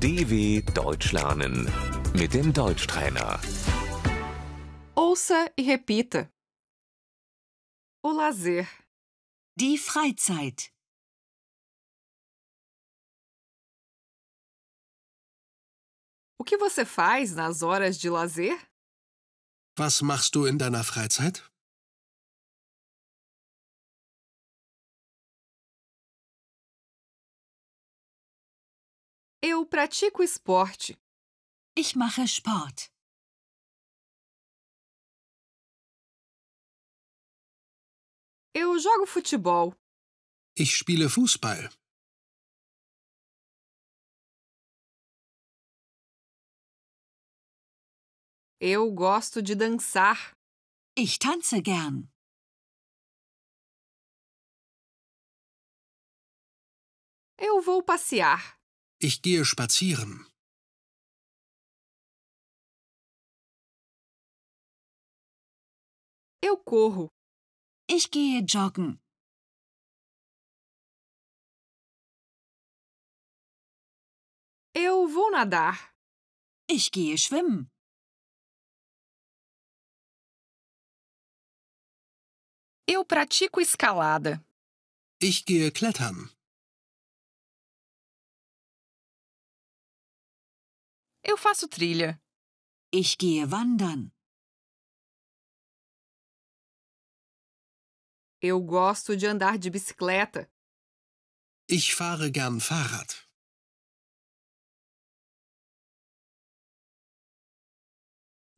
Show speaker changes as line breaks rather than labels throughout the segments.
DW Deutsch lernen mit dem Deutschtrainer.
Ouça e repita. O lazer,
Die Freizeit.
o que você faz nas horas de lazer?
Was machst du in deiner Freizeit?
Eu pratico esporte.
Ich mache Sport.
Eu jogo futebol.
Ich spiele Fußball.
Eu gosto de dançar.
Ich tanze gern.
Eu vou passear.
Ich gehe spazieren.
Eu corro.
Ich gehe joggen.
Eu vou nadar.
Ich gehe schwimmen.
Eu pratico escalada.
Ich gehe klettern.
Eu faço trilha.
Ich gehe wandern.
Eu gosto de andar de bicicleta.
Ich fahre gern Fahrrad.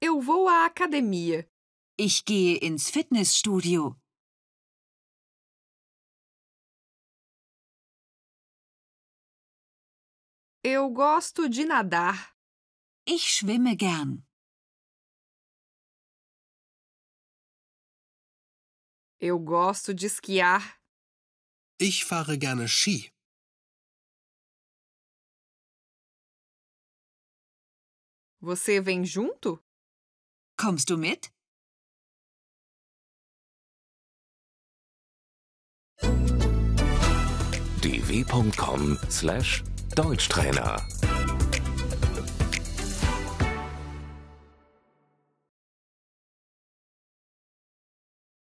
Eu vou à academia.
Ich gehe ins Fitnessstudio.
Eu gosto de nadar.
Ich schwimme gern.
Eu gosto de esquiar.
Ich fahre gerne Ski.
Você vem junto?
Kommst du mit?
dw.com/deutschtrainer